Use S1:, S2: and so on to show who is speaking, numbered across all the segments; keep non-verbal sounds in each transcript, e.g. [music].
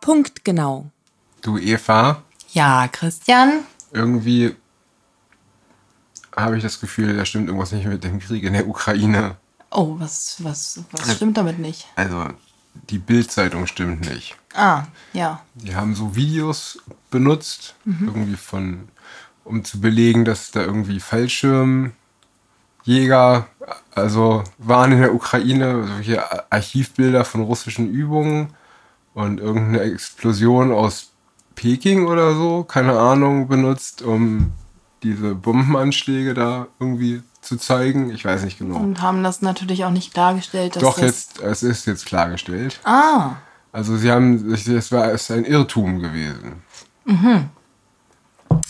S1: Punkt genau.
S2: Du Eva,
S1: Ja, Christian.
S2: irgendwie habe ich das Gefühl, da stimmt irgendwas nicht mit dem Krieg in der Ukraine.
S1: Oh, was, was,
S2: Äh.
S1: was stimmt damit nicht?
S2: Also die Bild-Zeitung stimmt nicht.
S1: Ah, ja.
S2: Die haben so Videos benutzt,
S1: Mhm.
S2: irgendwie von, um zu belegen, dass da irgendwie Fallschirmjäger, also waren in der Ukraine, solche A- Archivbilder von russischen Übungen und irgendeine Explosion aus Peking oder so, keine Ahnung, benutzt, um diese Bombenanschläge da irgendwie zu zeigen. Ich weiß nicht genau.
S1: Und haben das natürlich auch nicht dargestellt, dass
S2: Doch,
S1: das,
S2: jetzt, es ist jetzt klargestellt.
S1: Ah,
S2: Also sie haben, sich- es war es ist ein Irrtum gewesen.
S1: da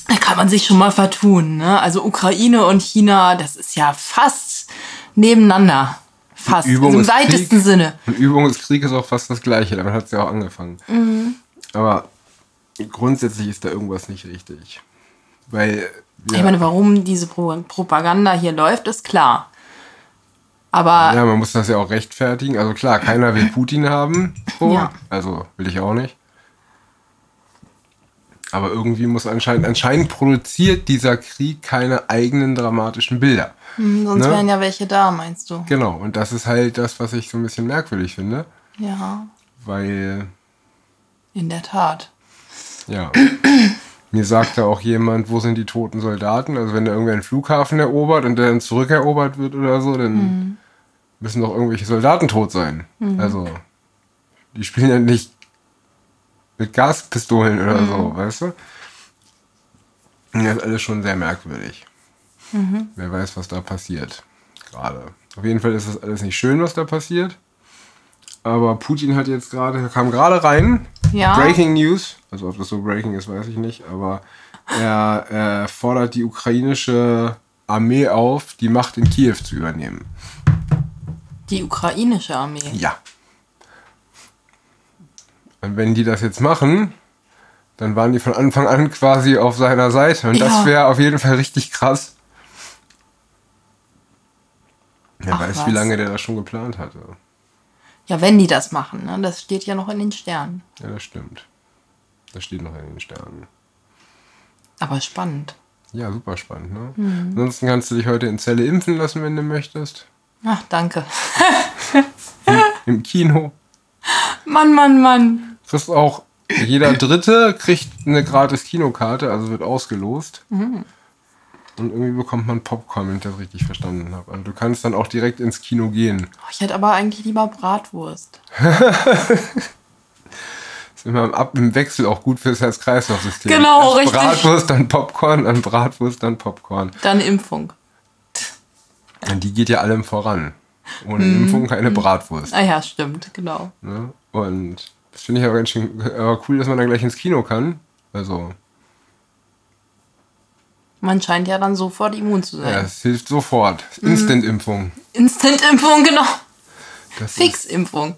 S1: [laughs] kann man sich schon mal vertun, ne? Also Ukraine und China, das ist ja fast nebeneinander. Fast.
S2: Übung
S1: also Im
S2: ist
S1: weitesten
S2: Krieg.
S1: Sinne.
S2: Und Übung ist Krieg ist auch fast das Gleiche, damit hat es ja auch angefangen.
S1: Mhm.
S2: Aber grundsätzlich ist da irgendwas nicht richtig. Weil. Ja,
S1: Ich meine, warum diese Pro Propaganda hier läuft, ist klar. Aber
S2: ja, man muss das ja auch rechtfertigen. Also klar, keiner will Putin haben. So.
S1: Ja.
S2: Also will ich auch nicht. Aber irgendwie muss anscheinend, anscheinend produziert dieser Krieg keine eigenen dramatischen Bilder.
S1: hm, sonst
S2: ne?
S1: wären ja welche da, meinst du?
S2: Genau, und das ist halt das, was ich so ein bisschen merkwürdig finde,
S1: Ja,
S2: weil
S1: in der Tat.
S2: Ja. Mir sagte auch jemand, wo sind die toten Soldaten? Also wenn da irgendwer einen Flughafen erobert und der dann zurückerobert wird oder so, dann müssen doch irgendwelche Soldaten tot sein. Also die spielen ja nicht mit Gaspistolen oder so, weißt du? Und Das ist alles schon sehr merkwürdig. Wer weiß, was da passiert. Gerade. Auf jeden Fall ist das alles nicht schön, was da passiert. Aber Putin hat jetzt gerade, kam gerade rein.
S1: Ja.
S2: Breaking News. Also ob das so Breaking ist, weiß ich nicht. Aber er äh, fordert die ukrainische Armee auf, die Macht in Kiew zu übernehmen.
S1: Die ukrainische Armee.
S2: Ja. Und wenn die das jetzt machen, dann waren die von Anfang an quasi auf seiner Seite. Und
S1: Ja.
S2: das wäre auf jeden Fall richtig krass. Wer
S1: Ach,
S2: weiß,
S1: was.
S2: wie lange der das schon geplant hatte.
S1: Ja, wenn die das machen, ne? das steht ja noch in den Sternen.
S2: Ja, das stimmt. Das steht noch in den Sternen.
S1: Aber spannend.
S2: Ja, super spannend, ne?
S1: Mhm.
S2: Ansonsten kannst du dich heute in Zelle impfen lassen, wenn du möchtest.
S1: Ach, danke.
S2: Im Kino.
S1: Mann, Mann, Mann.
S2: Kriegst auch jeder Dritte kriegt eine gratis Kinokarte, also wird ausgelost. Und irgendwie bekommt man Popcorn, wenn ich das richtig verstanden habe. Also du kannst dann auch direkt ins Kino gehen.
S1: Oh, Ich hätte aber eigentlich lieber Bratwurst.
S2: Ist immer im, Ab im Wechsel auch gut fürs Herz-Kreislauf-System.
S1: Genau,
S2: Erst
S1: richtig.
S2: Bratwurst, dann Popcorn, dann Bratwurst, dann Popcorn.
S1: Dann Impfung.
S2: Und die geht ja allem voran. Ohne
S1: Mhm.
S2: Impfung keine Bratwurst.
S1: Ah ja, stimmt, genau.
S2: Ne? Und das finde ich aber ganz schön aber cool, dass man dann gleich ins Kino kann. Also,
S1: Man scheint ja dann sofort immun zu
S2: ja,
S1: sein.
S2: es hilft sofort. Instant-Impfung.
S1: Instant-Impfung, genau.
S2: Das ist-
S1: Fix-Impfung.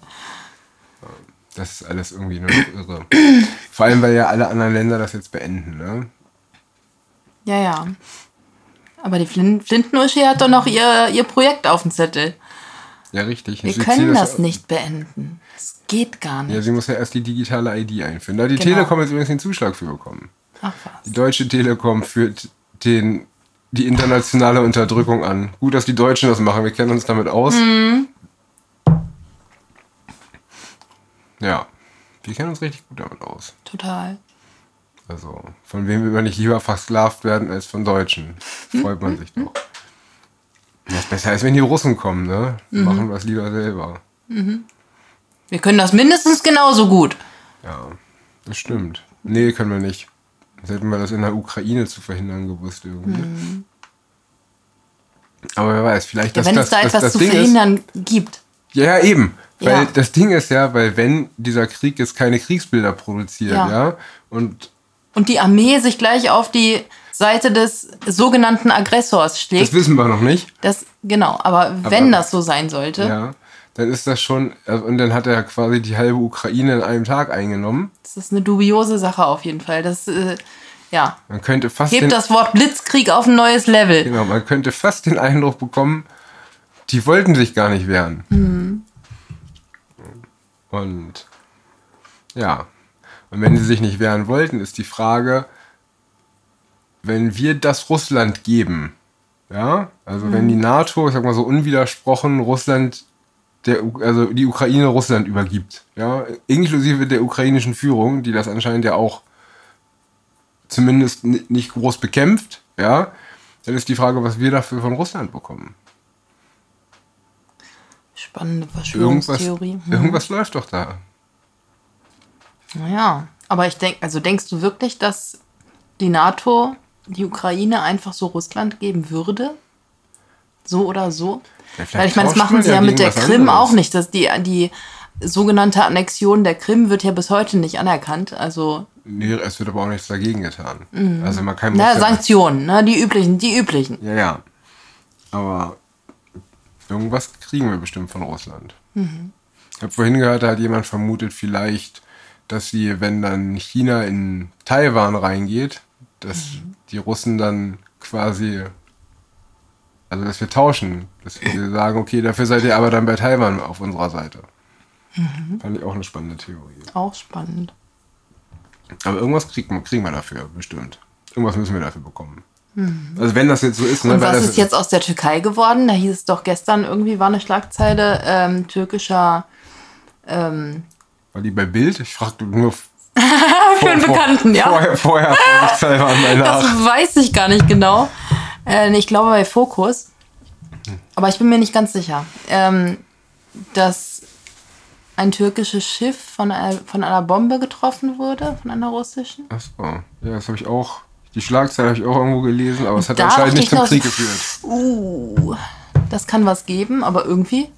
S2: Das ist alles irgendwie nur noch irre. Vor allem, weil ja alle anderen Länder das jetzt beenden, ne?
S1: Ja, ja. Aber die Flin Flintenuschi hat doch noch ihr, ihr Projekt auf dem Zettel.
S2: Ja, richtig.
S1: Wir
S2: Sie
S1: können
S2: ziehen
S1: das nicht beenden. Das geht gar
S2: Ja,
S1: nicht.
S2: sie muss ja erst die digitale ID einführen. Da hat die
S1: Genau.
S2: Telekom jetzt übrigens den Zuschlag für bekommen.
S1: Ach
S2: Die
S1: was.
S2: Deutsche Telekom führt den, die internationale Unterdrückung an. Gut, dass die Deutschen das machen. Wir kennen uns damit aus.
S1: Mhm.
S2: Ja, wir kennen uns richtig gut damit aus.
S1: Total.
S2: Also, von wem will man nicht lieber versklavt werden als von Deutschen? Freut man sich doch. Das ist besser, als wenn die Russen kommen, ne?
S1: Mhm.
S2: Die Machen wir es lieber selber.
S1: Wir können das mindestens genauso gut.
S2: Ja, das stimmt. Nee, können wir nicht. Sonst hätten wir das in der Ukraine zu verhindern gewusst irgendwie. Aber wer weiß, vielleicht
S1: Mhm. Ja,
S2: dass
S1: wenn
S2: das,
S1: es da
S2: dass
S1: etwas
S2: das
S1: zu
S2: Ding
S1: verhindern gibt.
S2: Ist, ja, ja, eben. Weil
S1: Ja.
S2: das Ding ist ja, weil wenn dieser Krieg jetzt keine Kriegsbilder produziert,
S1: Ja.
S2: ja, und
S1: Und die Armee sich gleich auf die Seite des sogenannten Aggressors
S2: das
S1: schlägt.
S2: wissen wir noch nicht,
S1: Das, genau, aber wenn das so sein sollte,
S2: Ja, dann ist das schon, also, und dann hat er quasi die halbe Ukraine in einem Tag eingenommen.
S1: das ist eine dubiose Sache auf jeden Fall. Das, äh, ja,
S2: Man könnte fast, den,
S1: hebt das Wort Blitzkrieg auf ein neues Level.
S2: genau, man könnte fast den Eindruck bekommen, die wollten sich gar nicht wehren. Und ja, Und wenn sie sich nicht wehren wollten, ist die Frage, wenn wir das Russland geben, ja, also wenn die NATO, ich sag mal so unwidersprochen, Russland, der, U- also die Ukraine Russland übergibt, ja, inklusive der ukrainischen Führung, die das anscheinend ja auch zumindest ni- nicht groß bekämpft, ja, dann ist die Frage, was wir dafür von Russland bekommen.
S1: Spannende
S2: Irgendwas,
S1: Verschwörungstheorie. Hm.
S2: irgendwas läuft doch da.
S1: Naja, aber ich denke, also denkst du wirklich, dass die NATO die Ukraine einfach so Russland geben würde? So oder so?
S2: Ja, vielleicht
S1: Weil ich meine, das
S2: tauscht
S1: machen
S2: man
S1: sie ja,
S2: ja
S1: mit der
S2: gegen was
S1: Krim
S2: anderes.
S1: auch nicht. Dass die, die sogenannte Annexion der Krim wird ja bis heute nicht anerkannt. Also,
S2: Nee, es wird aber auch nichts dagegen getan. Also man kann
S1: na,
S2: muss ja-
S1: Sanktionen, ne? die üblichen, die üblichen.
S2: Ja, ja. Aber irgendwas kriegen wir bestimmt von Russland.
S1: Mhm.
S2: Ich habe vorhin gehört, da hat jemand vermutet, vielleicht, dass sie, wenn dann China in Taiwan reingeht, dass
S1: Mhm.
S2: die Russen dann quasi, also dass wir tauschen,
S1: [laughs]
S2: dass wir sagen, okay, dafür seid ihr aber dann bei Taiwan auf unserer Seite.
S1: Mhm.
S2: Fand ich auch eine spannende Theorie.
S1: Auch spannend.
S2: Aber irgendwas kriegt, man- kriegen wir dafür, bestimmt. Irgendwas müssen wir dafür bekommen. Also wenn das jetzt so ist, ne,
S1: Mhm. Und
S2: weil
S1: was
S2: das
S1: ist jetzt aus der Türkei geworden? Da hieß es doch gestern, irgendwie war eine Schlagzeile, ähm, türkischer ähm,
S2: War die bei Bild? Ich
S1: [laughs]
S2: fragte nur. Für
S1: einen Bekannten, ja.
S2: Vorher, vorher vorsichtshalber an meine
S1: Das
S2: Ach.
S1: weiß ich gar nicht genau. Äh, ich glaube bei Fokus. Aber ich bin mir nicht ganz sicher, ähm, dass ein türkisches Schiff von einer, von einer Bombe getroffen wurde, von einer russischen.
S2: Ach so. Ja, das habe ich auch. Die Schlagzeile habe ich auch irgendwo gelesen, aber es hat
S1: Da
S2: anscheinend
S1: dachte
S2: nicht
S1: ich
S2: zum
S1: noch-
S2: Krieg geführt.
S1: Uh, das kann was geben, aber irgendwie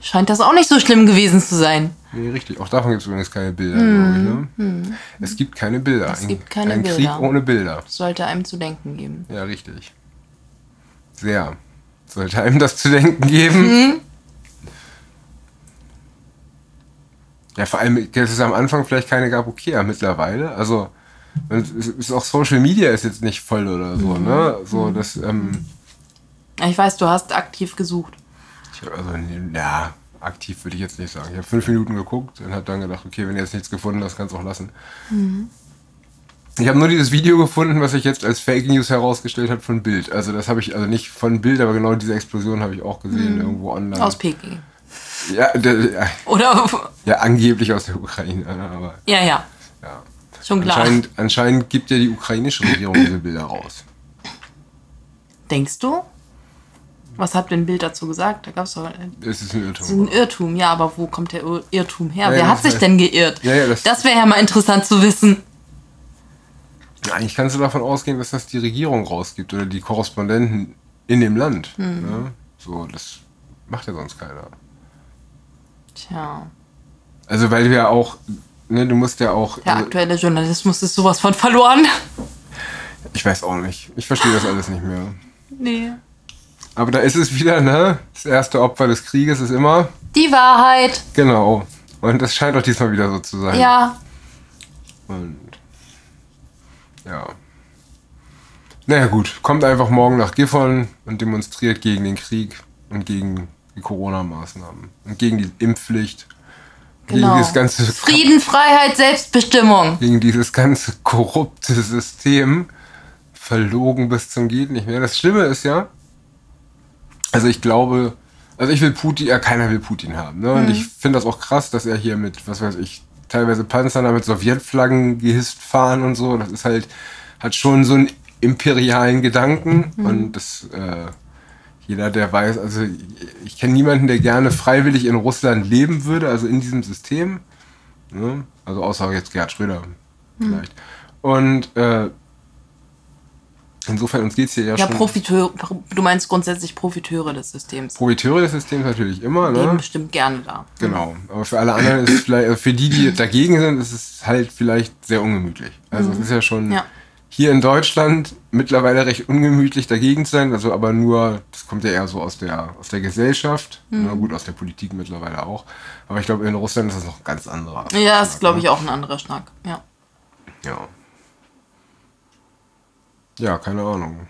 S1: scheint das auch nicht so schlimm gewesen zu sein.
S2: Nee, richtig. Auch davon gibt es übrigens keine Bilder, glaube ich. Ne? Es gibt keine Bilder.
S1: Hm, Es gibt keine
S2: ein
S1: Bilder.
S2: Krieg ohne Bilder.
S1: Sollte einem zu denken geben.
S2: Ja, richtig. Sehr. Sollte einem das zu denken geben? Ja, vor allem, dass es am Anfang vielleicht keine gab, okay, aber mittlerweile. Also, es ist- ist auch Social Media ist jetzt nicht voll oder so, ne? So, das, ähm,
S1: Ich weiß, du hast aktiv gesucht.
S2: ich hab also, ja, aktiv würde ich jetzt nicht sagen. Ich habe fünf Minuten geguckt und habe dann gedacht, okay, wenn ihr jetzt nichts gefunden habt, kannst du auch lassen.
S1: Mhm.
S2: Ich habe nur dieses Video gefunden, was sich jetzt als Fake News herausgestellt hat von Bild. Also das habe ich, also nicht von Bild, aber genau diese Explosion habe ich auch gesehen irgendwo online.
S1: Mhm. Aus Peking.
S2: ja, d- ja,
S1: Oder?
S2: ja, angeblich aus der Ukraine, ne, aber
S1: Ja, ja.
S2: ja.
S1: Schon klar.
S2: Anscheinend, anscheinend gibt ja die ukrainische Regierung diese Bilder raus.
S1: Denkst du? Was hat denn Bild dazu gesagt? Da gab es doch ein
S2: Das ist ein Irrtum.
S1: ein Irrtum. Ja, aber wo kommt der Ir- Irrtum her?
S2: Ja,
S1: Wer
S2: ja,
S1: hat
S2: das
S1: sich
S2: heißt-
S1: denn geirrt?
S2: Ja, ja, das-
S1: das wäre ja mal interessant zu wissen.
S2: Eigentlich kannst du davon ausgehen, dass das die Regierung rausgibt oder die Korrespondenten in dem Land. Ne? So, das macht ja sonst keiner.
S1: Tja,
S2: Also weil du ja auch, ne, du musst ja auch.
S1: der
S2: also,
S1: aktuelle Journalismus ist sowas von verloren.
S2: ich weiß auch nicht. Ich verstehe das alles nicht mehr.
S1: Nee.
S2: Aber da ist es wieder, ne? Das erste Opfer des Krieges ist immer.
S1: Die Wahrheit.
S2: Genau. Und das scheint auch diesmal wieder so zu sein.
S1: Ja,
S2: Und ja. Naja gut, kommt einfach morgen nach Gifhorn und demonstriert gegen den Krieg und gegen die Corona-Maßnahmen und gegen die Impfpflicht.
S1: Genau.
S2: Gegen dieses ganze
S1: Frieden, Freiheit, Selbstbestimmung.
S2: gegen dieses ganze korrupte System verlogen bis zum geht nicht mehr. Das Schlimme ist ja, also ich glaube, also ich will Putin, ja keiner will Putin haben. Ne? Und ich finde das auch krass, dass er hier mit, was weiß ich, teilweise Panzern da mit Sowjetflaggen gehisst fahren und so. Das ist halt, hat schon so einen imperialen Gedanken und das, äh, jeder, der weiß, also ich, ich kenne niemanden, der gerne freiwillig in Russland leben würde, also in diesem System. Ne? Also außer jetzt Gerhard Schröder vielleicht. Und äh, insofern, uns geht es hier ja,
S1: Ja,
S2: schon...
S1: Profiteure. Du meinst grundsätzlich Profiteure des Systems.
S2: Profiteure des Systems natürlich immer,
S1: Leben
S2: ne?
S1: bestimmt gerne da.
S2: Genau. Aber für alle anderen ist es vielleicht, also für die, die dagegen sind, ist es halt vielleicht sehr ungemütlich. Also es ist ja schon
S1: Mhm. Ja.
S2: hier in Deutschland mittlerweile recht ungemütlich dagegen zu sein. Also aber nur, das kommt ja eher so aus der, aus der Gesellschaft.
S1: Mhm.
S2: Na gut, aus der Politik mittlerweile auch. Aber ich glaube, in Russland ist das noch ein ganz anderer. ne?
S1: Ja, ist, glaube ich, auch ein anderer Schnack. Ja.
S2: Ja. Ja, keine Ahnung.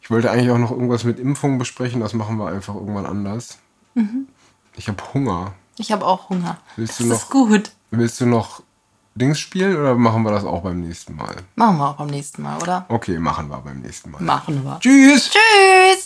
S2: Ich wollte eigentlich auch noch irgendwas mit Impfung besprechen, das machen wir einfach irgendwann anders.
S1: Mhm.
S2: Ich habe Hunger.
S1: Ich habe auch Hunger.
S2: Willst
S1: das
S2: du
S1: ist gut.
S2: Willst du noch Dings spielen oder machen wir das auch beim nächsten Mal?
S1: Machen wir auch beim nächsten Mal, oder?
S2: Okay, machen wir beim nächsten Mal.
S1: Machen wir.
S2: Tschüss!
S1: Tschüss!